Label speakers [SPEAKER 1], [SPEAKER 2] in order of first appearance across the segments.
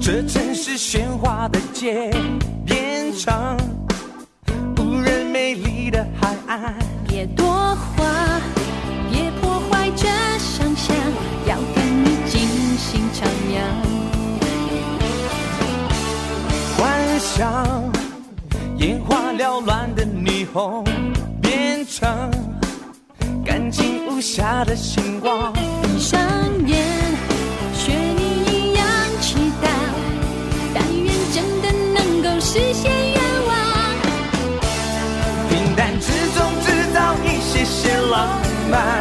[SPEAKER 1] 这城市喧哗的街边长，无人美丽的海岸。
[SPEAKER 2] 别多话，别破坏这想象，要跟你尽情徜徉。
[SPEAKER 1] 幻想，眼花缭乱的霓虹变成干净无瑕的星光。
[SPEAKER 2] 闭上眼，学你一样祈祷，但愿真的能够实现愿望。
[SPEAKER 1] 平淡之中制造一些些浪漫，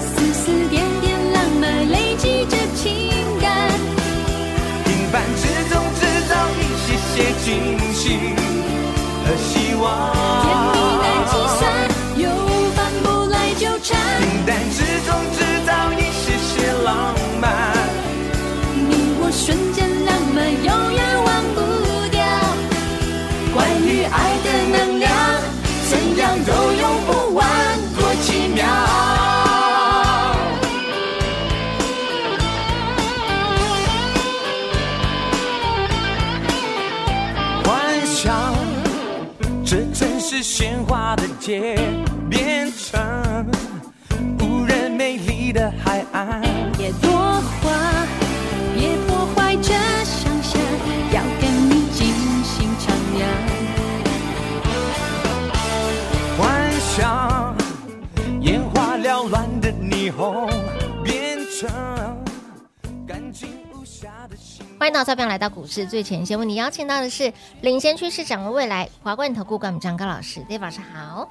[SPEAKER 2] 丝丝点点浪漫累积着情感，
[SPEAKER 1] 平凡之中制造一些些惊喜和希望。
[SPEAKER 2] 甜蜜难计算，有翻不来纠缠。
[SPEAKER 1] 平淡之中制造一些些浪漫，
[SPEAKER 2] 你我瞬间浪漫，永远忘不掉。关于爱的能量，怎样都用不完，
[SPEAKER 1] 多奇妙。幻想，这城市喧哗的街变成无人美丽的海岸。
[SPEAKER 2] 别多话，别破坏这想象，要跟你尽情徜徉。
[SPEAKER 1] 幻想，眼花缭乱的霓虹变成干净无瑕的星。
[SPEAKER 3] 欢迎到这边来到股市最前线，为你邀请到的是领先趋势、掌握未来华冠投顾管理张高老师，大家晚上好。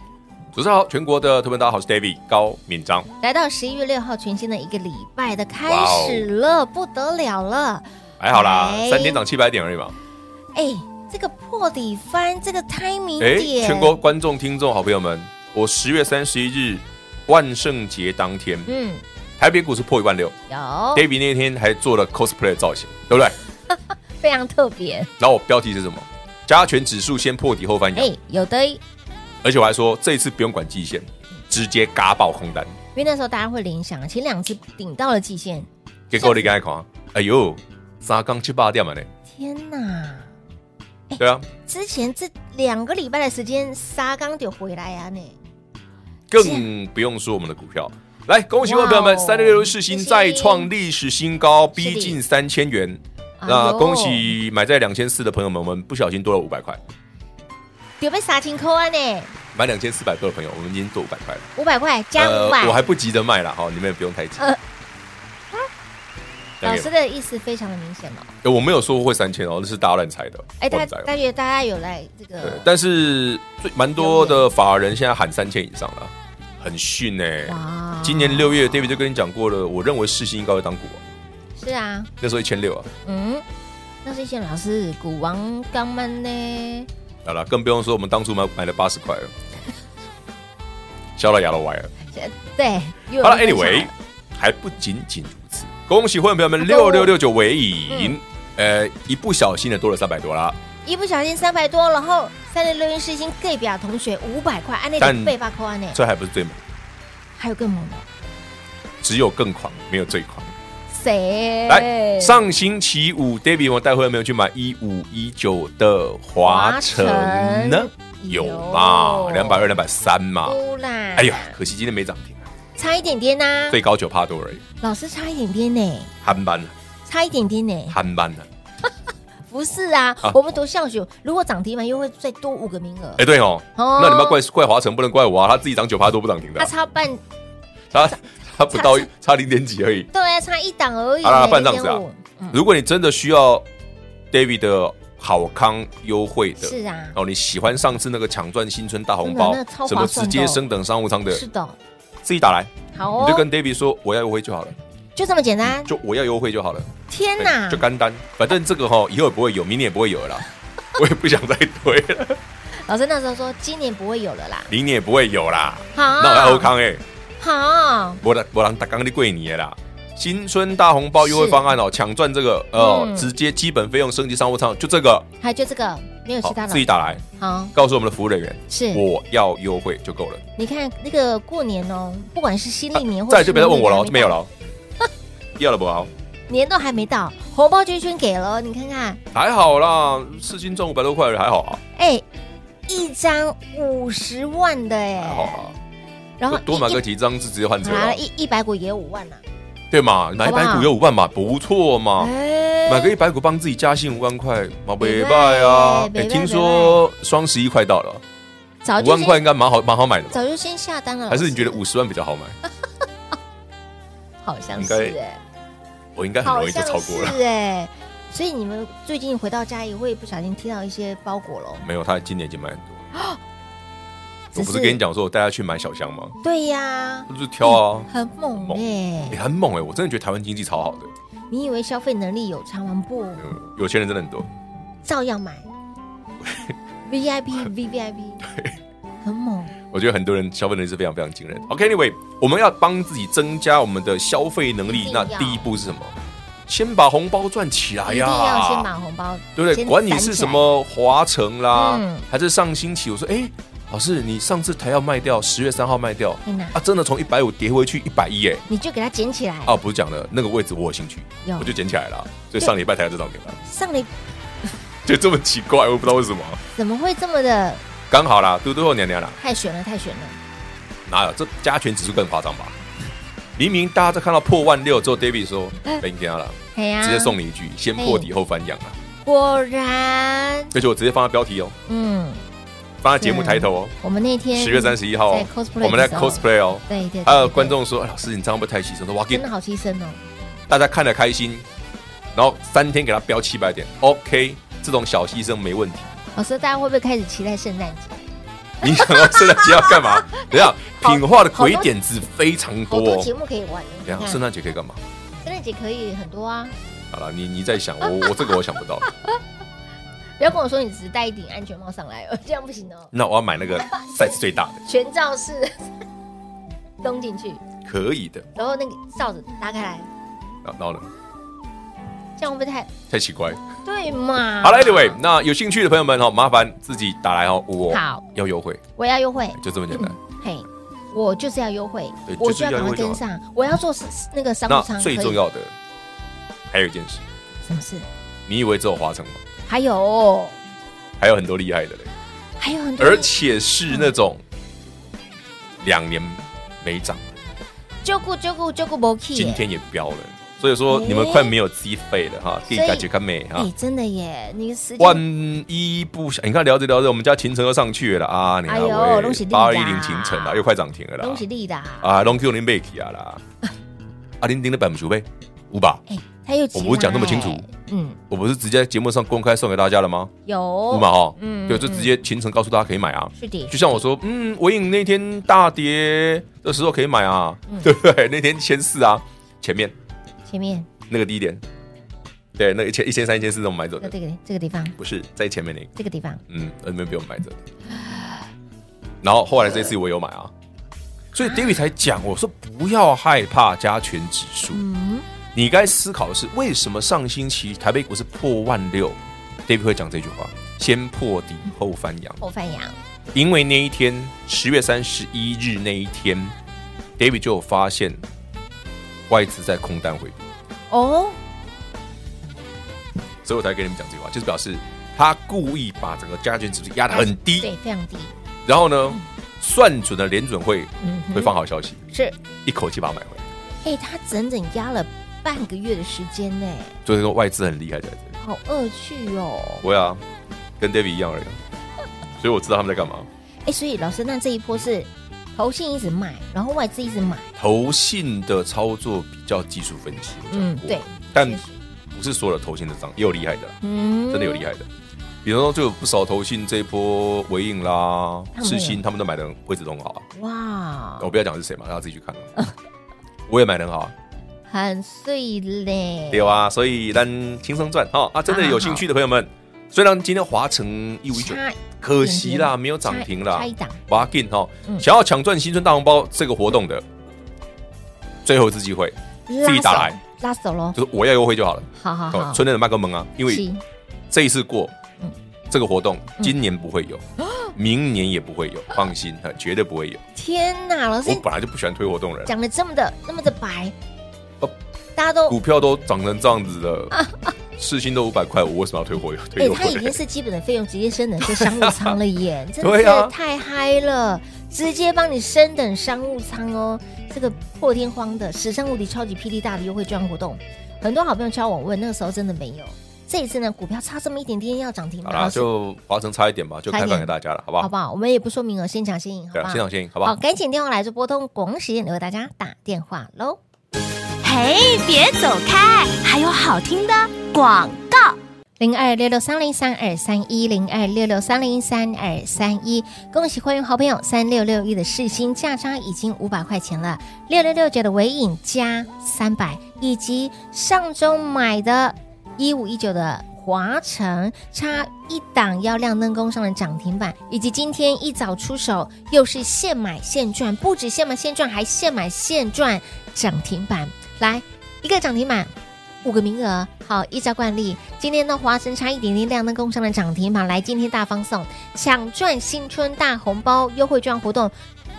[SPEAKER 4] 主持人好，全国的特别大家好，我是 David 高敏章。
[SPEAKER 3] 来到十一月六号，全新的一个礼拜的开
[SPEAKER 4] 哇哦
[SPEAKER 3] 始了，不得了了！
[SPEAKER 4] 还好啦
[SPEAKER 3] 哎，
[SPEAKER 4] 三天涨七百点而已嘛。
[SPEAKER 3] 哎，这个破底翻，这个 timing
[SPEAKER 4] 哎，
[SPEAKER 3] 点，
[SPEAKER 4] 全国观众、听众、好朋友们，我十月三十一日万圣节当天，
[SPEAKER 3] 嗯哦
[SPEAKER 4] 台北股市破一万六、d
[SPEAKER 3] 有
[SPEAKER 4] a v i d 那天还做了 cosplay 的造型，对不对？
[SPEAKER 3] 非常特别，
[SPEAKER 4] 然后我标题是什么？加权指数先破底后翻
[SPEAKER 3] 哎
[SPEAKER 4] 阳，，
[SPEAKER 3] 有的，因
[SPEAKER 4] 而且我还说这一次不用管季线，直接嘎爆空单，
[SPEAKER 3] 为那时候大家会联想，其实两次顶到了极限，
[SPEAKER 4] 结果你刚才看，哎呦，三刚七八点嘛呢？
[SPEAKER 3] 天哪！哎
[SPEAKER 4] 对啊，
[SPEAKER 3] 之前这两个礼拜的时间，沙刚就回来呀、啊、呢，
[SPEAKER 4] 更不用说我们的股票。来，恭喜我朋友们，
[SPEAKER 3] 哇哦
[SPEAKER 4] 三六六世新
[SPEAKER 3] 世新
[SPEAKER 4] 再创历史新高，逼
[SPEAKER 3] 的
[SPEAKER 4] 近三千元。
[SPEAKER 3] 哎
[SPEAKER 4] 那
[SPEAKER 3] 呦
[SPEAKER 4] 恭喜买在两千四的朋友们，我们不小心多了五百块，
[SPEAKER 3] 有被杀青扣啊呢，
[SPEAKER 4] 买两千四百多的朋友，我们已经多五百块了。
[SPEAKER 3] 五百块加五百、
[SPEAKER 4] 呃我还不急着卖了哈，你们也不用太急。
[SPEAKER 3] 呃
[SPEAKER 4] 交
[SPEAKER 3] 老
[SPEAKER 4] 给
[SPEAKER 3] 师的意思非常的明显哦。
[SPEAKER 4] 我我没有说会三千哦，这是大家乱猜的。
[SPEAKER 3] 哎，
[SPEAKER 4] 我
[SPEAKER 3] 大
[SPEAKER 4] 不在乎
[SPEAKER 3] 大约大家有来这
[SPEAKER 4] 对
[SPEAKER 3] 个，
[SPEAKER 4] 但是最蛮多的法人现在喊三千以上了，很逊呢、
[SPEAKER 3] 哇
[SPEAKER 4] 今年六月，David 就跟你讲过了，我认为世新应该会当股王、
[SPEAKER 3] 是啊，
[SPEAKER 4] 那时候一千六啊。
[SPEAKER 3] 嗯，那是一些老师股王刚曼呢，
[SPEAKER 4] 好了，更不用说我们当初买买了八十块了， 笑到牙都歪了。
[SPEAKER 3] 对，又有
[SPEAKER 4] 好了
[SPEAKER 3] 人分享
[SPEAKER 4] ，Anyway，还不仅仅如此，恭喜会员朋友们六六六九尾
[SPEAKER 3] 嗯
[SPEAKER 4] 影，呃，一不小心的多了三百多啦。
[SPEAKER 3] 一不小心三百多，然后三零六一是已经给表同学五百块，按那个
[SPEAKER 4] 但
[SPEAKER 3] 被发扣啊呢，
[SPEAKER 4] 这还不是最猛，
[SPEAKER 3] 还有更猛的
[SPEAKER 4] 只有更狂，没有最狂。
[SPEAKER 3] 谁？
[SPEAKER 4] 来，上星期五，David 我带会员朋友去买一五一九的华晨呢
[SPEAKER 3] 华晨？
[SPEAKER 4] 有嘛？
[SPEAKER 3] 有
[SPEAKER 4] 两百二、两百三嘛。
[SPEAKER 3] 不啦，
[SPEAKER 4] 哎呀，可惜今天没涨停啊，
[SPEAKER 3] 差一点点呐、
[SPEAKER 4] 最高九帕多而已，
[SPEAKER 3] 老师差一点点呢，
[SPEAKER 4] 憨班了，
[SPEAKER 3] 差一点点呢，
[SPEAKER 4] 憨班啊了。
[SPEAKER 3] 不是啊，
[SPEAKER 4] 啊
[SPEAKER 3] 我们读校学，如果涨停板又会再多五个名额，
[SPEAKER 4] 哎，对哦，
[SPEAKER 3] 哦
[SPEAKER 4] 那你们要怪怪华晨，不能怪我啊，他自己涨九帕多不涨停的
[SPEAKER 3] 他
[SPEAKER 4] 啊，
[SPEAKER 3] 差半
[SPEAKER 4] 他他不到差零点几而已。
[SPEAKER 3] 对啊，差一档而已呢，
[SPEAKER 4] 好啦不然这样子啊
[SPEAKER 3] 0.5嗯
[SPEAKER 4] 如果你真的需要 David 的好康优惠的，
[SPEAKER 3] 是啊，
[SPEAKER 4] 哦，你喜欢上次那个抢赚新春大红
[SPEAKER 3] 真
[SPEAKER 4] 包
[SPEAKER 3] 的那超划，
[SPEAKER 4] 什么
[SPEAKER 3] 算
[SPEAKER 4] 直
[SPEAKER 3] 的哦
[SPEAKER 4] 接升等商务舱的，
[SPEAKER 3] 是的，
[SPEAKER 4] 自己打来，
[SPEAKER 3] 好
[SPEAKER 4] 你就
[SPEAKER 3] 哦，
[SPEAKER 4] 跟 David 说我要优惠就好了。
[SPEAKER 3] 就这么简单。
[SPEAKER 4] 就我要优惠就好了。
[SPEAKER 3] 天
[SPEAKER 4] 对
[SPEAKER 3] 哪
[SPEAKER 4] 就！干单，反正这个哈、以后也不会有，明年也不会有了啦。 我也不想再推了，
[SPEAKER 3] 老师那时候说今年不会有了啦。
[SPEAKER 4] 明年也不会有啦。
[SPEAKER 3] 好，
[SPEAKER 4] 那我要欧康哎，
[SPEAKER 3] 好，
[SPEAKER 4] 我人我人打刚的贵你的啦。新春大红包优惠方案哦，抢赚这个哦、
[SPEAKER 3] 嗯
[SPEAKER 4] 直接基本费用升级商务舱，就这个，
[SPEAKER 3] 还有就这个，没有
[SPEAKER 4] 好
[SPEAKER 3] 其他
[SPEAKER 4] 自己
[SPEAKER 3] 的。嗯
[SPEAKER 4] 打来，
[SPEAKER 3] 好，
[SPEAKER 4] 告诉我们的服务人员，
[SPEAKER 3] 是
[SPEAKER 4] 我要优惠就够了。
[SPEAKER 3] 你看那个过年哦，不管是新历年或
[SPEAKER 4] 再
[SPEAKER 3] 者
[SPEAKER 4] 来就别再问我了哦，
[SPEAKER 3] 是
[SPEAKER 4] 没有了哦， 要了不好，
[SPEAKER 3] 年都还没到，红包就先给了哦，你看看，
[SPEAKER 4] 还好啦，四斤重五百多块还好啊，
[SPEAKER 3] 哎，一张五十万的哎，
[SPEAKER 4] 还好啊，
[SPEAKER 3] 然后
[SPEAKER 4] 多买
[SPEAKER 3] 一
[SPEAKER 4] 个几哦张是直接换车
[SPEAKER 3] 啊，
[SPEAKER 4] 了，
[SPEAKER 3] 一一百股也有五万啊呐，
[SPEAKER 4] 对嘛？买一百股有五万嘛，不错嘛。
[SPEAKER 3] 哎
[SPEAKER 4] 哦买个一百股帮自己加薪五万块，嘛
[SPEAKER 3] 袂
[SPEAKER 4] 袂拜啊！
[SPEAKER 3] 歹
[SPEAKER 4] 哎、
[SPEAKER 3] 袂歹
[SPEAKER 4] 听说双十一快到了，
[SPEAKER 3] 早
[SPEAKER 4] 五
[SPEAKER 3] 就
[SPEAKER 4] 万块
[SPEAKER 3] 先
[SPEAKER 4] 应该蛮好蛮好买的吧？
[SPEAKER 3] 早就先下单了，
[SPEAKER 4] 还是你觉得
[SPEAKER 3] 老师
[SPEAKER 4] 五十万比较好买？
[SPEAKER 3] 好像是
[SPEAKER 4] 应该
[SPEAKER 3] 哎，
[SPEAKER 4] 我应该很
[SPEAKER 3] 好
[SPEAKER 4] 容易就
[SPEAKER 3] 像
[SPEAKER 4] 超过了。
[SPEAKER 3] 是哎，所以你们最近回到家也会不小心听到一些包裹喽，
[SPEAKER 4] 没有，他今年已经买很多。
[SPEAKER 3] 只
[SPEAKER 4] 我不是跟你讲说我带他去买小箱吗？
[SPEAKER 3] 对呀，
[SPEAKER 4] 他就挑啊，
[SPEAKER 3] 很猛
[SPEAKER 4] 猛
[SPEAKER 3] 哎
[SPEAKER 4] 也、，很猛哎、我真的觉得台湾经济超好的，
[SPEAKER 3] 你以为消费能力有差吗？不。
[SPEAKER 4] 嗯有钱人真的很多。
[SPEAKER 3] 照样 买。VIP V V I P，很猛，
[SPEAKER 4] 我觉得很多人消费能力是非常非常惊人。OK，Anyway，、我们要帮自己增加我们的消费能
[SPEAKER 3] 一
[SPEAKER 4] 力，
[SPEAKER 3] 定
[SPEAKER 4] 那
[SPEAKER 3] 要
[SPEAKER 4] 第一步是什么？先把红包赚起来
[SPEAKER 3] 一定
[SPEAKER 4] 哎呀！
[SPEAKER 3] 要先把红包，
[SPEAKER 4] 对不对？
[SPEAKER 3] 先
[SPEAKER 4] 管你
[SPEAKER 3] 攒
[SPEAKER 4] 是
[SPEAKER 3] 起
[SPEAKER 4] 什
[SPEAKER 3] 来，
[SPEAKER 4] 么华城啦，
[SPEAKER 3] 嗯
[SPEAKER 4] 还是上星期，我说哎，诶老师，你上次台要卖掉，十月三号卖掉
[SPEAKER 3] 天哪
[SPEAKER 4] 啊，真的从一百五跌回去一百一哎，
[SPEAKER 3] 你就给它捡起来。
[SPEAKER 4] 啊，不是讲了，那个位置我有兴趣
[SPEAKER 3] 有，
[SPEAKER 4] 我就捡起来了，所以上礼拜台要这涨停了，
[SPEAKER 3] 上来
[SPEAKER 4] 就这么奇怪，我也不知道为什么，
[SPEAKER 3] 怎么会这么的
[SPEAKER 4] 刚好啦，嘟嘟后娘娘啦，
[SPEAKER 3] 太悬了？太悬了！
[SPEAKER 4] 哪有这加权指数更夸张吧？明明大家在看到破万六之后，David 说
[SPEAKER 3] 哎
[SPEAKER 4] 没天了，
[SPEAKER 3] 哎呀，
[SPEAKER 4] 直接送你一句，先破底后翻扬啊，
[SPEAKER 3] 果然，
[SPEAKER 4] 而且我直接放在标题哦，
[SPEAKER 3] 嗯，
[SPEAKER 4] 放在节目抬头哦，
[SPEAKER 3] 我们那天
[SPEAKER 4] 十月三
[SPEAKER 3] 十，
[SPEAKER 4] 十一号哦
[SPEAKER 3] 啊在 cosplay，
[SPEAKER 4] 我们
[SPEAKER 3] 的
[SPEAKER 4] 在
[SPEAKER 3] 时候
[SPEAKER 4] cosplay 哦。
[SPEAKER 3] 对对，对
[SPEAKER 4] 还有
[SPEAKER 3] 对
[SPEAKER 4] 观众说：“哎老师，你这样会不会太牺牲？”说：“哇，给
[SPEAKER 3] 真的好牺牲哦，
[SPEAKER 4] 大家看得开心，然后三天给他标七百点，OK，这种小牺牲没问题。
[SPEAKER 3] 老师，哦大家会不会开始期待圣诞节？
[SPEAKER 4] 你想要圣诞节要 干嘛？等一下
[SPEAKER 3] 好
[SPEAKER 4] 品化的
[SPEAKER 3] 好多
[SPEAKER 4] 鬼点子非常
[SPEAKER 3] 好
[SPEAKER 4] 多
[SPEAKER 3] 多节
[SPEAKER 4] 哦。
[SPEAKER 3] 目嗯可以玩，你
[SPEAKER 4] 等一
[SPEAKER 3] 看
[SPEAKER 4] 下圣诞节可以干嘛？
[SPEAKER 3] 圣诞节可以很多啊，
[SPEAKER 4] 好了，你你在 想我我这个我想不到，
[SPEAKER 3] 不要跟我说你只是戴一顶安全帽上来哦，这样不行哦，
[SPEAKER 4] 那我要买那个 size 最大的，
[SPEAKER 3] 全罩式 东进去。
[SPEAKER 4] 可以的。
[SPEAKER 3] 然后那个罩子打开来，
[SPEAKER 4] 然后然后呢？
[SPEAKER 3] 这样会不会太
[SPEAKER 4] 太奇怪。
[SPEAKER 3] 对嘛？
[SPEAKER 4] 好了，Anyway，那有兴趣的朋友们哦，麻烦自己打来哦，我
[SPEAKER 3] 好嗯
[SPEAKER 4] 要优惠，
[SPEAKER 3] 我要优惠，
[SPEAKER 4] 就这么简单。
[SPEAKER 3] 嘿，我就是要优惠
[SPEAKER 4] 对，
[SPEAKER 3] 我
[SPEAKER 4] 就是
[SPEAKER 3] 就要赶
[SPEAKER 4] 要优
[SPEAKER 3] 快
[SPEAKER 4] 惠就
[SPEAKER 3] 跟
[SPEAKER 4] 好
[SPEAKER 3] 上，我要做那个商务
[SPEAKER 4] 那
[SPEAKER 3] 舱，
[SPEAKER 4] 最
[SPEAKER 3] 可以
[SPEAKER 4] 重要的还有一件事，
[SPEAKER 3] 什么事？
[SPEAKER 4] 你以为只有华城吗？
[SPEAKER 3] 还有
[SPEAKER 4] 还有很多厉害的嘞。
[SPEAKER 3] 还有很多，
[SPEAKER 4] 而且是那种两年没涨，
[SPEAKER 3] 就顾就顾就顾不 key，
[SPEAKER 4] 今天也飙了。所以说你们快没有机会了哈，可以
[SPEAKER 3] 所以
[SPEAKER 4] 感觉看美哈
[SPEAKER 3] 哎。真的耶，你时
[SPEAKER 4] 万
[SPEAKER 3] 间
[SPEAKER 4] 一不小，你看聊着聊着，我们家秦城又上去了啊！你
[SPEAKER 3] 哎
[SPEAKER 4] 看
[SPEAKER 3] 呦
[SPEAKER 4] 喂
[SPEAKER 3] 恭喜你啦
[SPEAKER 4] 八一零秦城啊，又快涨停了啦
[SPEAKER 3] 东！西力的啊，
[SPEAKER 4] 啊，龙 Q 零贝起 啊啦，啊零零的百五十倍五把，
[SPEAKER 3] 哎，他又急
[SPEAKER 4] 我不是讲那么清楚
[SPEAKER 3] 了哎，嗯，
[SPEAKER 4] 我不是直接在节目上公开送给大家了吗？五
[SPEAKER 3] 有
[SPEAKER 4] 嘛哈，
[SPEAKER 3] 嗯
[SPEAKER 4] 对，就直接秦城告诉大家可以买啊。
[SPEAKER 3] 是的，
[SPEAKER 4] 就像我说，嗯，尾影那天大跌的时候可以买啊，对不对？那天千四啊，前面
[SPEAKER 3] 前面
[SPEAKER 4] 那个低点，对，那一千一千三、一千四，我们买走
[SPEAKER 3] 那这
[SPEAKER 4] 的，
[SPEAKER 3] 个这个地方，
[SPEAKER 4] 不是在前面那个，
[SPEAKER 3] 这个地方
[SPEAKER 4] 嗯，那边被我们买走的。然后后来这次我有买啊，所以 David 才讲，我说不要害怕加权指数，你该思考的是为什么上星期台北股市破万六，David 会讲这句话，先破底后翻扬。
[SPEAKER 3] 后翻扬，
[SPEAKER 4] 因为那一天十月三十一日那一天，David 就有发现外资在空单回补，
[SPEAKER 3] 哦，
[SPEAKER 4] 所以我才跟你们讲这句话，就是表示他故意把整个加权指数压得很低
[SPEAKER 3] 对，，非常低，
[SPEAKER 4] 然后呢，算准了联准会
[SPEAKER 3] 嗯哼
[SPEAKER 4] 会放好消息，
[SPEAKER 3] 是
[SPEAKER 4] 一口气把它买回来，
[SPEAKER 3] 哎、他整整压了半个月的时间呢，
[SPEAKER 4] 所以说外资很厉害在这里。
[SPEAKER 3] 好恶趣哦。
[SPEAKER 4] 我呀，跟 David 一样而已啊，所以我知道他们在干嘛。
[SPEAKER 3] 哎、所以老师，那这一波是投信一直买，然后外资一直买，
[SPEAKER 4] 投信的操作比较技术分析，我讲
[SPEAKER 3] 嗯
[SPEAKER 4] 过
[SPEAKER 3] 对
[SPEAKER 4] 但
[SPEAKER 3] 确实
[SPEAKER 4] 不是所有的投信的涨也有厉害的啦。
[SPEAKER 3] 嗯，
[SPEAKER 4] 真的有厉害的。比方说，就有不少投信这一波回应啦、
[SPEAKER 3] 他们
[SPEAKER 4] 世
[SPEAKER 3] 有
[SPEAKER 4] 新，他们都买的位置都很好啊。
[SPEAKER 3] 哇
[SPEAKER 4] 我，不要讲是谁嘛，大家自己去看啊。我也买的很好啊，
[SPEAKER 3] 很碎嘞。
[SPEAKER 4] 对啊，所以咱轻松赚哈啊！真的
[SPEAKER 3] 好好
[SPEAKER 4] 有兴趣的朋友们，虽然今天华城一五一
[SPEAKER 3] 差一
[SPEAKER 4] 九
[SPEAKER 3] 点点
[SPEAKER 4] 可惜啦，没有涨停啦
[SPEAKER 3] 差一档，
[SPEAKER 4] 哇劲哈
[SPEAKER 3] 嗯！
[SPEAKER 4] 想要抢赚新春大红包这个活动的最后一次机会，
[SPEAKER 3] 拉
[SPEAKER 4] 自己打
[SPEAKER 3] 手
[SPEAKER 4] 来
[SPEAKER 3] 拉手喽。
[SPEAKER 4] 就是我要优惠就好了。
[SPEAKER 3] 好好
[SPEAKER 4] 哦
[SPEAKER 3] 好，，
[SPEAKER 4] 春天的麦克蒙啊，因为
[SPEAKER 3] 是
[SPEAKER 4] 这一次过
[SPEAKER 3] 嗯啊
[SPEAKER 4] 这个活动，今年不会有，明年也不会有，放心啊，绝对不会有。
[SPEAKER 3] 天哪，老师
[SPEAKER 4] 我本来就不喜欢推活动人，
[SPEAKER 3] 讲的这么的那么的白
[SPEAKER 4] 哦，
[SPEAKER 3] 大家都
[SPEAKER 4] 股票都涨成这样子了，市心都五百块，我为什么要推活推
[SPEAKER 3] 啊哎，
[SPEAKER 4] 活
[SPEAKER 3] 它已经
[SPEAKER 4] 人？
[SPEAKER 3] 是基本的费用直接 升等是商务舱了耶，真的
[SPEAKER 4] 对啊
[SPEAKER 3] 是太嗨了，直接帮你升等商务舱哦，这个破天荒的史上无敌超级霹雳大的优惠券活动，很多好朋友敲我问，那个时候真的没有。这一次呢，股票差这么一点点要涨停
[SPEAKER 4] 好
[SPEAKER 3] 板，
[SPEAKER 4] 啦，
[SPEAKER 3] 老师
[SPEAKER 4] 就华城差一点吧，就
[SPEAKER 3] 差一
[SPEAKER 4] 开
[SPEAKER 3] 点
[SPEAKER 4] 放给大家了，好不
[SPEAKER 3] 好
[SPEAKER 4] 好？
[SPEAKER 3] 不好？我们也不说名额，先抢先赢，好
[SPEAKER 4] 对
[SPEAKER 3] 不
[SPEAKER 4] 啊，
[SPEAKER 3] 好？
[SPEAKER 4] 现场先赢，好不
[SPEAKER 3] 好，
[SPEAKER 4] 好？
[SPEAKER 3] 赶紧电话来做拨通，广时间留给大家打电话喽。
[SPEAKER 2] 嘿，别走开，还有好听的广告。
[SPEAKER 3] 零二六六三零三二三一零二六六三零三二三一，恭喜会员好朋友三六六一的世新价差已经五百块钱了，六六六九的尾影加三百，以及上周买的一五一九的华晨差一档要亮灯工上的涨停板，以及今天一早出手又是现买现赚，不止现买现赚，还现买现赚涨停板，来一个涨停板五个名额。好，依照惯例，今天呢华晨差一点点亮灯工上的涨停板，来今天大放送，抢赚新春大红包优惠券活动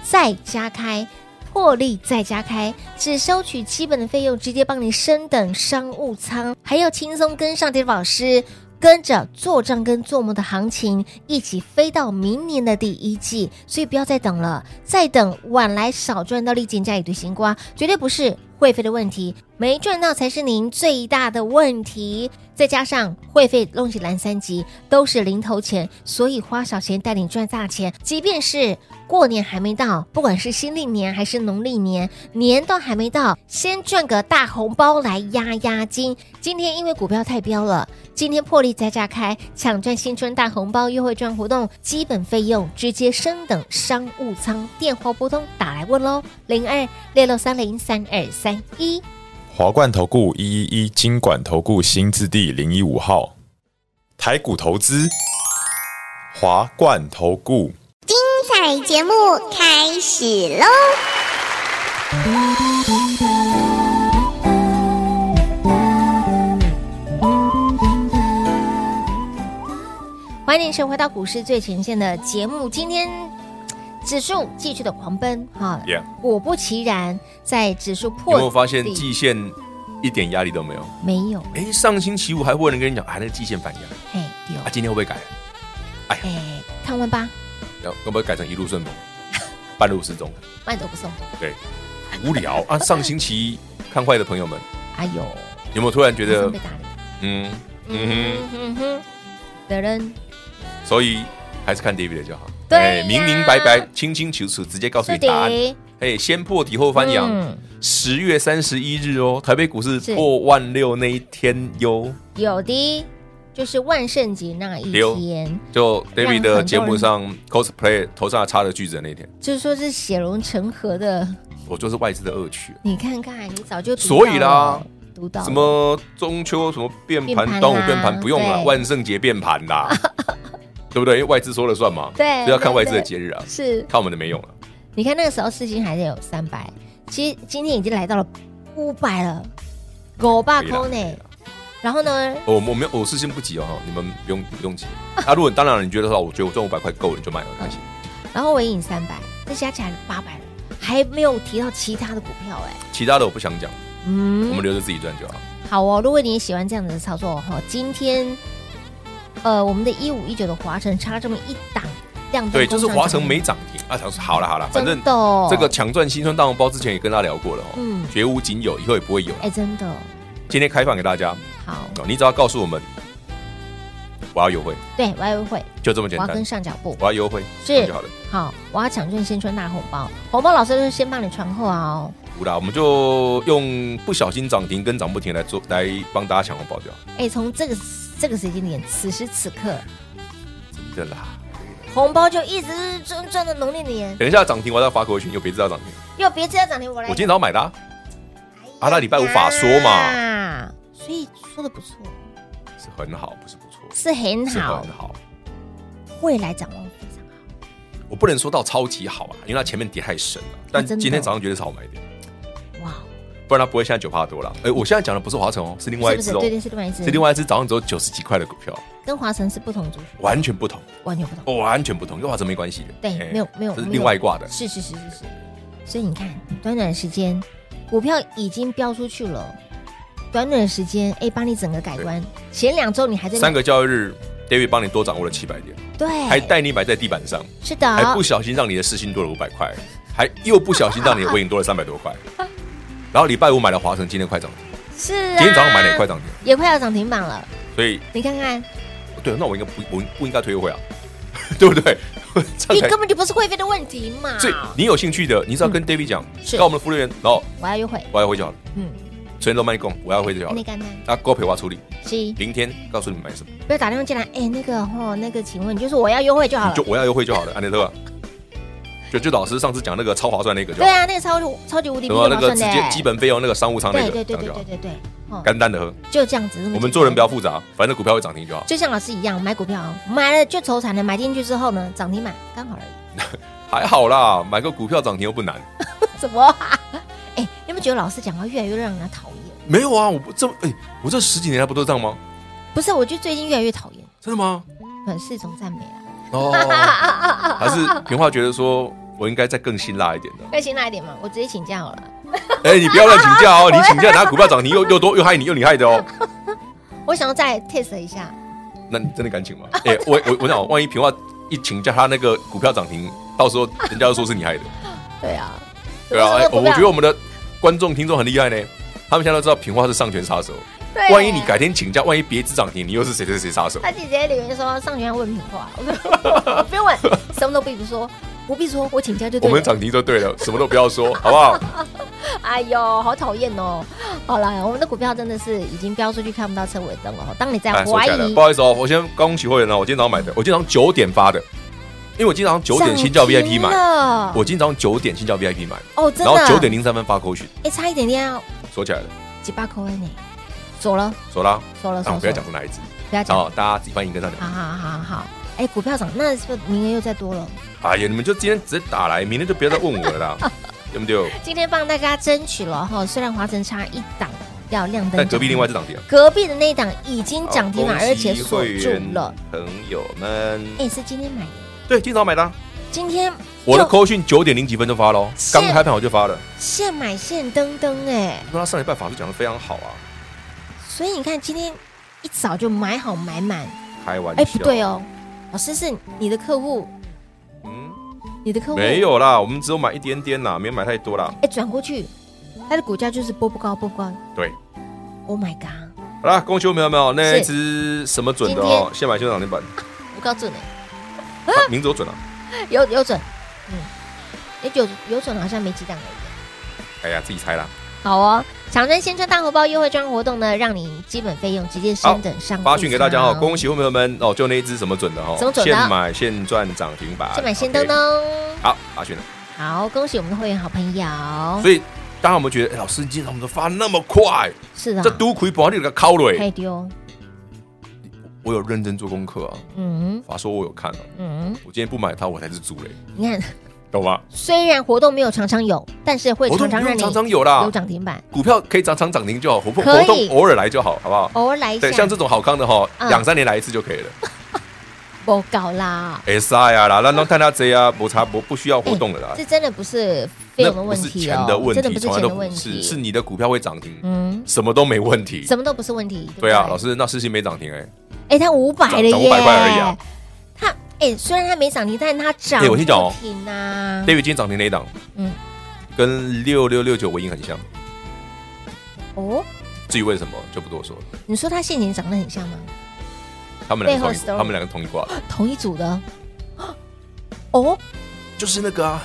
[SPEAKER 3] 再加开。破例再加开，只收取基本的费用，直接帮你升等商务舱，还要轻松跟上这老师，跟着做账跟做梦的行情一起飞到明年的第一季。所以不要再等了，再等晚来少赚到利减价一堆新瓜，绝对不是会费的问题，没赚到才是您最大的问题。再加上会费弄起蓝三级都是零头钱，所以花小钱带你赚大钱。即便是过年还没到，不管是新历年还是农历年，年都还没到，先赚个大红包来压压惊。今天因为股票太飙了，今天破例再炸开，抢赚新春大红包优惠券活动，基本费用直接升等商务舱，电话拨通打来问喽，零二六六三零三二三一。
[SPEAKER 5] 华冠投顾一一一金管投顾新字第零一五号，台股投资，华冠投顾。
[SPEAKER 6] 彩节目开始喽！
[SPEAKER 3] 欢迎收回到股市最前线的节目。今天嘖指数继续的狂奔哈
[SPEAKER 4] Yeah
[SPEAKER 3] 果不其然，在指数
[SPEAKER 4] 有
[SPEAKER 3] 破
[SPEAKER 4] 没有发现
[SPEAKER 3] 底
[SPEAKER 4] 季线一点压力都没有？
[SPEAKER 3] 没有？
[SPEAKER 4] 哎，上星期五还会有人跟你讲，哎，那个季线反压，
[SPEAKER 3] 嘿，有
[SPEAKER 4] 啊，今天会不会改？
[SPEAKER 3] 哎，看完吧，
[SPEAKER 4] 要要不要改成一 路顺风，半路失踪？
[SPEAKER 3] 慢走不送。
[SPEAKER 4] 对，无聊啊！上星期看坏的朋友们，
[SPEAKER 3] 哎呦，
[SPEAKER 4] 有没有突然觉
[SPEAKER 3] 马上
[SPEAKER 4] 得
[SPEAKER 3] 被，打脸。
[SPEAKER 4] 嗯嗯
[SPEAKER 3] 嗯哼，的人
[SPEAKER 4] 哼，所以还是看 David 的就好。哎
[SPEAKER 3] 对呀
[SPEAKER 4] 明明白白、清清楚楚，直接告诉你答案。哎，先破底后翻扬
[SPEAKER 3] 嗯。
[SPEAKER 4] 十月三十一日哦，台北股市
[SPEAKER 3] 是
[SPEAKER 4] 破万六那一天哟，
[SPEAKER 3] 有的就是万圣节那一
[SPEAKER 4] 溜
[SPEAKER 3] 天，
[SPEAKER 4] 就
[SPEAKER 3] 让
[SPEAKER 4] David
[SPEAKER 3] 很多
[SPEAKER 4] 的
[SPEAKER 3] 人
[SPEAKER 4] 节目上 cosplay 头上插了锯子的那天，
[SPEAKER 3] 就是说是血融成河的。
[SPEAKER 4] 我就是外资的恶趣。
[SPEAKER 3] 你看看，你早就读
[SPEAKER 4] 所以
[SPEAKER 3] 到
[SPEAKER 4] 啦
[SPEAKER 3] 了，读到
[SPEAKER 4] 什么中秋什么变
[SPEAKER 3] 变盘
[SPEAKER 4] 盘，端午变
[SPEAKER 3] 啦
[SPEAKER 4] 盘不用了，
[SPEAKER 3] 对
[SPEAKER 4] 万圣节变盘啦， 对不对？因为外资说了算嘛，
[SPEAKER 3] 对
[SPEAKER 4] 就要看
[SPEAKER 3] 对
[SPEAKER 4] 外资的
[SPEAKER 3] 对
[SPEAKER 4] 节日啊，
[SPEAKER 3] 是
[SPEAKER 4] 看我们的没用了。
[SPEAKER 3] 你看那个时候四星还是有三百，其实今天已经来到了五百了，狗爸
[SPEAKER 4] 可以啦
[SPEAKER 3] 空
[SPEAKER 4] 可以
[SPEAKER 3] 呢
[SPEAKER 4] 啦。
[SPEAKER 3] 然后呢，
[SPEAKER 4] 哦我我没有，我事先不急哦，哈你们不用不用急。 啊，如果当然你觉得说，我觉得我赚五百块够了，你就买了，开心。
[SPEAKER 3] 然后尾影三百，这加起来八百了，还没有提到其他的股票哎、
[SPEAKER 4] 其他的我不想讲，我
[SPEAKER 3] 嗯
[SPEAKER 4] 们，留着自己赚就好。
[SPEAKER 3] 好哦，如果你也喜欢这样子的操作哈，今天呃我们的一五一九的华晨差这么一档亮灯，
[SPEAKER 4] 对，就是华城没涨停啊，想说好了好了，反正
[SPEAKER 3] 真的哦
[SPEAKER 4] 这个抢赚新春大红包之前也跟大家聊过了哦，
[SPEAKER 3] 嗯
[SPEAKER 4] 绝无仅有，以后也不会有
[SPEAKER 3] 哎、。真的
[SPEAKER 4] 今天开放给大家，
[SPEAKER 3] 好，
[SPEAKER 4] 哦你只要告诉我们我要优惠，
[SPEAKER 3] 对我要会，
[SPEAKER 4] 就这么
[SPEAKER 3] 我
[SPEAKER 4] 简
[SPEAKER 3] 要
[SPEAKER 4] 单。
[SPEAKER 3] 跟上脚步。
[SPEAKER 4] 我要优惠，
[SPEAKER 3] 是
[SPEAKER 4] 这样就好了。
[SPEAKER 3] 好，我要抢赚新春大红包，红包老师都是先帮你传后啊哦。
[SPEAKER 4] 不啦，我们就用不小心涨停跟涨不停来做，来帮大家抢红包就好。
[SPEAKER 3] 哎，从这个这个时间点，此时此刻，
[SPEAKER 4] 真的啦，
[SPEAKER 3] 红包就一直赚赚到农历年，
[SPEAKER 4] 等一下涨停我再发过去，又别知道涨停。
[SPEAKER 3] 又别这样涨停我来
[SPEAKER 4] 我今。天早上买的啊、啊，那礼拜五法说嘛，
[SPEAKER 3] 啊，所以说的不错，
[SPEAKER 4] 是很好，不是不错，
[SPEAKER 3] 是很
[SPEAKER 4] 是
[SPEAKER 3] 好
[SPEAKER 4] 很，好。
[SPEAKER 3] 未来展望非常好。
[SPEAKER 4] 我不能说到超级好啊，因为它前面跌太深了。但
[SPEAKER 3] 哦真的
[SPEAKER 4] 今天早上绝对是好买点，
[SPEAKER 3] 哇，
[SPEAKER 4] 不然它不会现在九趴多了。哎，我现在讲的不是华晨哦，是另外
[SPEAKER 3] 是
[SPEAKER 4] 一
[SPEAKER 3] 不是？
[SPEAKER 4] 只哦
[SPEAKER 3] 对，对，是另外一只，
[SPEAKER 4] 是另外一只早上只有九十几块的股票，
[SPEAKER 3] 跟华晨是不同族群，
[SPEAKER 4] 完全不同，
[SPEAKER 3] 完全不同。
[SPEAKER 4] 完全不同，跟华晨没关系的。
[SPEAKER 3] 对
[SPEAKER 4] 哎，
[SPEAKER 3] 没有没有，
[SPEAKER 4] 这
[SPEAKER 3] 没
[SPEAKER 4] 是
[SPEAKER 3] 有
[SPEAKER 4] 另外一挂的。
[SPEAKER 3] 是是是是是。所以你看，短短的时间，股票已经飙出去了，短短的时间，哎，帮你整个改观。前两周你还在那
[SPEAKER 4] 三个交易日，David 帮你多掌握了七百点，还
[SPEAKER 3] 对，
[SPEAKER 4] 带你买在地板上，
[SPEAKER 3] 是
[SPEAKER 4] 还
[SPEAKER 3] 的
[SPEAKER 4] 不，小心让你的四星多了五百块，还又不小心让你的微影多了三百多 块。然后礼拜五买了华晨，今天快涨停，
[SPEAKER 3] 是啊。
[SPEAKER 4] 今天早上买了也快，涨停，
[SPEAKER 3] 也快要涨停板了。
[SPEAKER 4] 所以
[SPEAKER 3] 你看看，
[SPEAKER 4] 对，那我应该不不不应该推回啊， 对不对？ 这
[SPEAKER 3] 你
[SPEAKER 4] 样才
[SPEAKER 3] 根本就不是会飞的问题嘛。
[SPEAKER 4] 所以你有兴趣的，你只要跟 David 讲，
[SPEAKER 3] 嗯是
[SPEAKER 4] 告我们的服务员，然后
[SPEAKER 3] 我要约会，
[SPEAKER 4] 我要回就好了。
[SPEAKER 3] 嗯，
[SPEAKER 4] 昨天都卖供，我要回就好
[SPEAKER 3] 那
[SPEAKER 4] 了。
[SPEAKER 3] 干嘛？
[SPEAKER 4] 那郭培华处理，
[SPEAKER 3] 是，
[SPEAKER 4] 明天告诉你们买什么，
[SPEAKER 3] 不要打电话进来。哎，那个哦，那个，请问，就是我要约会就好
[SPEAKER 4] 你
[SPEAKER 3] 了
[SPEAKER 4] 就。我要优惠就好了，安德特。 就就老师上次讲那个超划算那个就
[SPEAKER 3] 对
[SPEAKER 4] 好了，
[SPEAKER 3] 啊，那个超级超级无敌比
[SPEAKER 4] 什么
[SPEAKER 3] 划
[SPEAKER 4] 那个
[SPEAKER 3] 算
[SPEAKER 4] 直
[SPEAKER 3] 的
[SPEAKER 4] 接
[SPEAKER 3] 欸，
[SPEAKER 4] 基本费用那个商务舱那
[SPEAKER 3] 对
[SPEAKER 4] 个，
[SPEAKER 3] 对对
[SPEAKER 4] 这样
[SPEAKER 3] 对
[SPEAKER 4] 就好
[SPEAKER 3] 对
[SPEAKER 4] 了，
[SPEAKER 3] 对对，哦，
[SPEAKER 4] 干单的喝。
[SPEAKER 3] 就这样子。这么
[SPEAKER 4] 我
[SPEAKER 3] 简
[SPEAKER 4] 们做人
[SPEAKER 3] 单
[SPEAKER 4] 不要复杂，反正股票会涨停就好。
[SPEAKER 3] 就像老师一样，买股票买了就愁惨了，买进去之后呢，涨停板刚好而已。
[SPEAKER 4] 还好啦，买个股票涨停又不难。
[SPEAKER 3] 怎么、啊？哎、你们觉得老师讲话越来越让人家讨厌？
[SPEAKER 4] 没有啊，我不这哎，我这十几年来不都这样吗？
[SPEAKER 3] 不是，我就最近越来越讨厌，
[SPEAKER 4] 真的吗？
[SPEAKER 3] 可能是一种赞美 啦。
[SPEAKER 4] 哦，还是平话觉得说我应该再更辛辣一 点的。
[SPEAKER 3] 要辛辣一点嘛，我直接请假好了。
[SPEAKER 4] 哎、你不要乱请假哦！你请假拿股票涨停 又又多又害你又你害的哦。
[SPEAKER 3] 我想要再 test 一下，
[SPEAKER 4] 那你真的敢请 吗？哎、我我我想，万一平话一请假，他那个股票涨停，到时候人家就说是你害的，
[SPEAKER 3] 对啊，
[SPEAKER 4] 对啊。哎
[SPEAKER 3] 我
[SPEAKER 4] 我
[SPEAKER 3] 不要
[SPEAKER 4] 觉得我们的观众听众很厉害呢，他们现在都知道平话是上拳杀手。
[SPEAKER 3] 对啊
[SPEAKER 4] 万一你改天请假，万一别只涨停，你又是谁谁谁杀手？
[SPEAKER 3] 他姐姐留言说上学要问品话，我说 我不用问，什么都不必说，不必说，我请假就
[SPEAKER 4] 我
[SPEAKER 3] 对
[SPEAKER 4] 们
[SPEAKER 3] 了。
[SPEAKER 4] 涨停就对了，什么都不要说，好不好？
[SPEAKER 3] 哎呦，好讨厌哦！好了，我们的股票真的是已经飙出去看不到车尾灯了哦。当你在
[SPEAKER 4] 哎，说
[SPEAKER 3] 怀
[SPEAKER 4] 起来了，
[SPEAKER 3] 疑
[SPEAKER 4] 不，好意思哦，我先恭喜会员哦，我今天早上买的，我今天早上九点发的，因为我今天早上九点新教 VIP
[SPEAKER 3] 涨停
[SPEAKER 4] 买，
[SPEAKER 3] 了
[SPEAKER 4] 我今天早上九点新教 VIP 买，
[SPEAKER 3] 哦，真
[SPEAKER 4] 然
[SPEAKER 3] 的，
[SPEAKER 4] 后九点零三分发扣讯，
[SPEAKER 3] 哎、差一点点要
[SPEAKER 4] 锁起来了，
[SPEAKER 3] 几把口呢，走了，
[SPEAKER 4] 锁啦，
[SPEAKER 3] 走了，走
[SPEAKER 4] 啊，
[SPEAKER 3] 了，
[SPEAKER 4] 不要讲
[SPEAKER 3] 走了
[SPEAKER 4] 是哪一只，
[SPEAKER 3] 不要讲，
[SPEAKER 4] 好
[SPEAKER 3] 好，
[SPEAKER 4] 大家自己翻译跟上讲。
[SPEAKER 3] 好好好好，哎、股票涨，那是不是名额又再多了？
[SPEAKER 4] 哎呀，你们就今天直接打来，明天就不要再问我了 啦，对不对？
[SPEAKER 3] 今天帮大家争取了哈，虽然华晨差一档要亮灯，
[SPEAKER 4] 但隔壁另外一只。涨停，
[SPEAKER 3] 隔壁的那一档已经涨停了，
[SPEAKER 4] 好
[SPEAKER 3] 啊而且锁住，了
[SPEAKER 4] 恭。喜朋友们，
[SPEAKER 3] 哎、是今天买的，
[SPEAKER 4] 对，今天早上买的啊，
[SPEAKER 3] 今天
[SPEAKER 4] 我的
[SPEAKER 3] 又
[SPEAKER 4] 扣讯九点零几分就发喽，
[SPEAKER 3] 是
[SPEAKER 4] 刚开盘我就发了，
[SPEAKER 3] 现买现登登哎，
[SPEAKER 4] 那他上礼拜法术讲的非常好啊，
[SPEAKER 3] 所以你看今天一早就买好买满，
[SPEAKER 4] 开玩笑，
[SPEAKER 3] 哎、不对，哦，老师是你的客户，
[SPEAKER 4] 嗯。
[SPEAKER 3] 你的客户
[SPEAKER 4] 没有啦，我们只有买一点点啦，没有买太多啦。
[SPEAKER 3] 哎，转过去，它的股价就是波不高波不高。
[SPEAKER 4] 对，
[SPEAKER 3] Oh my god，
[SPEAKER 4] 好啦，恭喜我们有没有那一只什么准的
[SPEAKER 3] 今
[SPEAKER 4] 哦
[SPEAKER 3] 天？
[SPEAKER 4] 现买现涨停板，
[SPEAKER 3] 我告诉你，
[SPEAKER 4] 啊名字有准啊。
[SPEAKER 3] 有有准，嗯，哎有有准好像没几档而已。
[SPEAKER 4] 哎呀，自己猜啦。
[SPEAKER 3] 好哦，长征新春大红包优惠券活动呢，让你基本费用直接升等上。
[SPEAKER 4] 发讯给大家哦，恭喜会朋友们哦，就那一只什么准的哦
[SPEAKER 3] 啊什么，准的
[SPEAKER 4] 现买现赚涨停板，
[SPEAKER 3] 现买现登
[SPEAKER 4] 啊
[SPEAKER 3] 哦
[SPEAKER 4] OK。
[SPEAKER 3] 登。
[SPEAKER 4] 好，发讯了。
[SPEAKER 3] 好，恭喜我们的会员好朋友。
[SPEAKER 4] 所以大家有没有觉得，哎老师今天他们都发那么快，
[SPEAKER 3] 是啊，
[SPEAKER 4] 这都亏本你个靠
[SPEAKER 3] 太
[SPEAKER 4] 嘞？
[SPEAKER 3] 丢。
[SPEAKER 4] 哎我有认真做功课啊，
[SPEAKER 3] 嗯
[SPEAKER 4] 法说我有看啊，
[SPEAKER 3] 嗯，
[SPEAKER 4] 我今天不买它，我才是猪哎嘞，
[SPEAKER 3] 你看，
[SPEAKER 4] 懂吗？
[SPEAKER 3] 虽然活动没有常常有，但是会
[SPEAKER 4] 活
[SPEAKER 3] 常
[SPEAKER 4] 动不
[SPEAKER 3] 常让
[SPEAKER 4] 用
[SPEAKER 3] 你
[SPEAKER 4] 常常有啊啦
[SPEAKER 3] 有，涨停板，
[SPEAKER 4] 股票可以常常涨停就好，活动
[SPEAKER 3] 可
[SPEAKER 4] 活
[SPEAKER 3] 以
[SPEAKER 4] 动偶尔来就好，好不好？
[SPEAKER 3] 偶尔来一下
[SPEAKER 4] 对，。像这种好康的哈，
[SPEAKER 3] 嗯
[SPEAKER 4] 两三年来一次就可以了。
[SPEAKER 3] 不搞啦，
[SPEAKER 4] 哎塞 呀啦，那让大家这样摩擦不不需要活动了啦。
[SPEAKER 3] 这真的不是费
[SPEAKER 4] 啊那
[SPEAKER 3] 用的
[SPEAKER 4] 不
[SPEAKER 3] 问
[SPEAKER 4] 是
[SPEAKER 3] 题
[SPEAKER 4] 钱
[SPEAKER 3] 哦，
[SPEAKER 4] 的问
[SPEAKER 3] 真的
[SPEAKER 4] 题，
[SPEAKER 3] 不是
[SPEAKER 4] 从
[SPEAKER 3] 钱
[SPEAKER 4] 来都
[SPEAKER 3] 的
[SPEAKER 4] 不
[SPEAKER 3] 问
[SPEAKER 4] 是，
[SPEAKER 3] 题，
[SPEAKER 4] 是你的股票会涨停，
[SPEAKER 3] 嗯，
[SPEAKER 4] 什么都没问题。
[SPEAKER 3] 什么都不是问题。不
[SPEAKER 4] 对啊，老，师，那事情没涨停哎。
[SPEAKER 3] 哎，它五百了耶，
[SPEAKER 4] 涨500块而已啊
[SPEAKER 3] 它哎，虽然它没涨停，但它涨
[SPEAKER 4] 哎我先讲哦
[SPEAKER 3] 不停啊
[SPEAKER 4] David 今天涨停那一档，
[SPEAKER 3] 嗯
[SPEAKER 4] 嗯，跟六六六九尾影很像。
[SPEAKER 3] 哦，
[SPEAKER 4] 至于为什么就不多说了，
[SPEAKER 3] 你说它现前长得很像吗？
[SPEAKER 4] 他们两个
[SPEAKER 3] 背
[SPEAKER 4] 同一
[SPEAKER 3] 后，story
[SPEAKER 4] 他们两个同一挂，
[SPEAKER 3] 同一组的哦
[SPEAKER 4] 就是那个啊，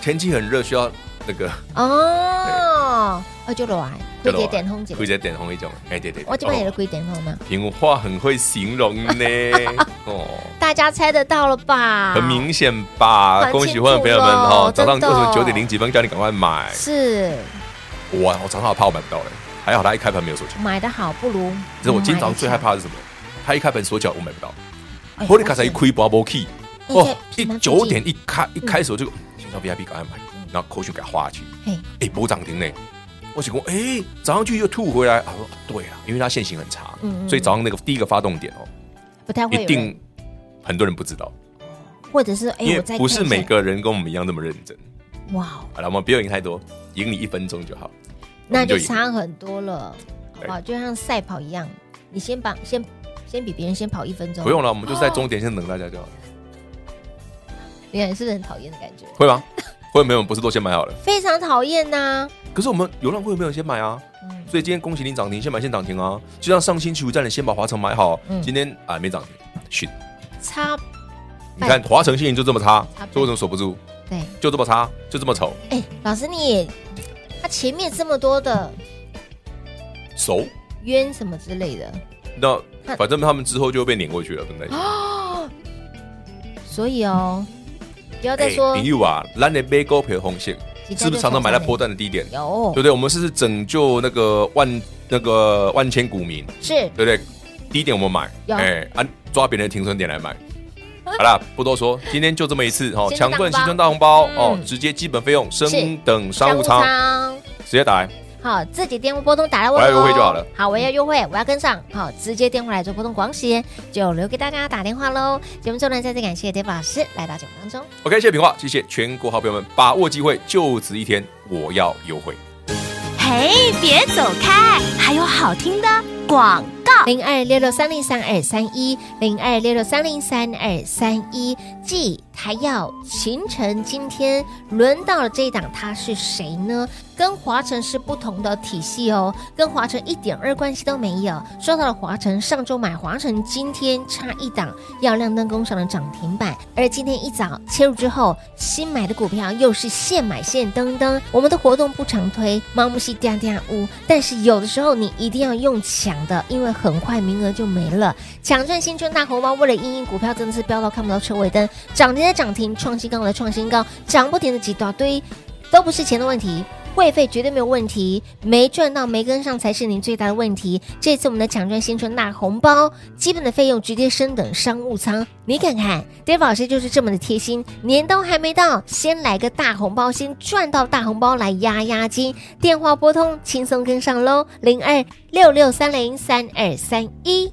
[SPEAKER 4] 天气很热，需要那个
[SPEAKER 3] 哦，哦，就来
[SPEAKER 4] 就
[SPEAKER 3] 会
[SPEAKER 4] 来
[SPEAKER 3] 姐点通姐，
[SPEAKER 4] 会在点红一种，哎对对，
[SPEAKER 3] 我这边也是
[SPEAKER 4] 哦
[SPEAKER 3] 会点通呢，
[SPEAKER 4] 平话很会形容 呢，哦。
[SPEAKER 3] 大家猜得到了吧？
[SPEAKER 4] 很明显吧？
[SPEAKER 3] 蛮
[SPEAKER 4] 恭
[SPEAKER 3] 啊清
[SPEAKER 4] 喜欢的朋友们哦
[SPEAKER 3] 楚咯
[SPEAKER 4] 哈，早上
[SPEAKER 3] 真的
[SPEAKER 4] 二十九点零几分叫你赶快买，
[SPEAKER 3] 是
[SPEAKER 4] 我我常常怕我买不到嘞，还好他一开盘没有锁脚。
[SPEAKER 3] 买的好不如买得
[SPEAKER 4] 可是
[SPEAKER 3] 强。
[SPEAKER 4] 我经常最害怕的是什么？他一开盘锁脚我买不到，
[SPEAKER 3] 哎，
[SPEAKER 4] 玻璃卡
[SPEAKER 3] 发
[SPEAKER 4] 才一
[SPEAKER 3] 现
[SPEAKER 4] 亏 b u key，
[SPEAKER 3] 哎嗯
[SPEAKER 4] 哦
[SPEAKER 3] 在，
[SPEAKER 4] 一
[SPEAKER 3] 平安附
[SPEAKER 4] 九
[SPEAKER 3] 近
[SPEAKER 4] 点一开一开手就线上 VIP 赶快买，然后口讯给他花下去，
[SPEAKER 3] 嘿，
[SPEAKER 4] 哎，没涨停呢。我想说，哎，涨上去又吐回来，啊，说对啊，因为它线型很差
[SPEAKER 3] 嗯，嗯
[SPEAKER 4] 所以早上那个第一个发动点哦，
[SPEAKER 3] 不太会
[SPEAKER 4] 一
[SPEAKER 3] 有人
[SPEAKER 4] 定很多人不知道，
[SPEAKER 3] 或者是哎，
[SPEAKER 4] 因为
[SPEAKER 3] 我再
[SPEAKER 4] 不
[SPEAKER 3] 看
[SPEAKER 4] 是
[SPEAKER 3] 一
[SPEAKER 4] 每
[SPEAKER 3] 下
[SPEAKER 4] 个人跟我们一样那么认真。
[SPEAKER 3] 哇哦，
[SPEAKER 4] 好了，我们不要赢太多，赢你一分钟就好。我
[SPEAKER 3] 那
[SPEAKER 4] 们
[SPEAKER 3] 就
[SPEAKER 4] 赢哎
[SPEAKER 3] 差很多了，好不好？就像赛跑一样，你先把先先比别人先跑一分钟，
[SPEAKER 4] 不用了，我们就是在终点线等大家就好了，
[SPEAKER 3] 你看是不是很讨厌的感觉？
[SPEAKER 4] 会吗？会没有？不是都先买好了？
[SPEAKER 3] 非常讨厌呐！
[SPEAKER 4] 可是我们流浪会有没有人先买啊？
[SPEAKER 3] 嗯
[SPEAKER 4] 所以今天恭喜你涨停，先买先涨停啊！就像上星期五叫你先把华城买好，
[SPEAKER 3] 嗯哎
[SPEAKER 4] 今天啊没涨停，逊！
[SPEAKER 3] 差
[SPEAKER 4] 你看华城现营就这么差
[SPEAKER 3] 差不，多
[SPEAKER 4] 所以为什么锁不住？
[SPEAKER 3] 对，
[SPEAKER 4] 就这么差，就这么丑，
[SPEAKER 3] 哎，老师你也，他前面这么多的
[SPEAKER 4] 熟。
[SPEAKER 3] 冤什么之类的，
[SPEAKER 4] 那
[SPEAKER 3] 那哦
[SPEAKER 4] 反正他们之后就会被碾过去了，对不对？
[SPEAKER 3] 所以哦，不要再说
[SPEAKER 4] 林玉啊，咱的买股票风险
[SPEAKER 3] 几家
[SPEAKER 4] 是不是常常买在
[SPEAKER 3] 就上山了
[SPEAKER 4] 波段的低点？对
[SPEAKER 3] 有
[SPEAKER 4] 不对？我们是不是拯救那个万那个万千股民？
[SPEAKER 3] 是
[SPEAKER 4] 对不对？低点我们买，
[SPEAKER 3] 有
[SPEAKER 4] 啊，抓别人的停损点 来买。好啦，不多说，今天就这么一次哦。
[SPEAKER 3] 先
[SPEAKER 4] 强
[SPEAKER 3] 当
[SPEAKER 4] 冠
[SPEAKER 3] 包
[SPEAKER 4] 新春大红包哦
[SPEAKER 3] 嗯，
[SPEAKER 4] 直接基本费用
[SPEAKER 3] 是
[SPEAKER 4] 升等商务舱，
[SPEAKER 3] 舱。
[SPEAKER 4] 直接打来。
[SPEAKER 3] 好，自己电话拨通打来问、哦，
[SPEAKER 4] 我要优惠就好了。
[SPEAKER 3] 好，我要优惠，我要跟上。好，直接电话来做拨通广喜，就留给大家打电话喽。节目最后呢，再次感谢 David 老师来到节目当中。
[SPEAKER 4] OK，谢谢平话，谢谢全国好朋友们，把握机会，就此一天，我要优惠。
[SPEAKER 2] 嘿，别走开，还有好听的广告。
[SPEAKER 3] 零二六六三零三二三一，零二六六三零三二三一。继台药秦晨，今天轮到了这一档，他是谁呢？跟华晨是不同的体系哦，跟华晨一点二关系都没有。说到了华晨，上周买华晨，今天差一档要亮灯工厂的涨停板，而今天一早切入之后，新买的股票又是现买现登登。我们的活动不常推，盲目是掉掉屋，但是有的时候你一定要用抢的，因为很快名额就没了。抢赚新春大红包，为了因应股票真的是飙到看不到车尾灯，涨停的涨停，创新高的创新高，涨不停的几大堆，都不是钱的问题。会费绝对没有问题，没赚到没跟上才是您最大的问题。这次我们的抢赚新春大红包，基本的费用直接升等商务舱，你看看，Dave 老师就是这么的贴心，年都还没到，先来个大红包，先赚到大红包来压压惊。电话拨通，轻松跟上喽，零二六六三零三二三一。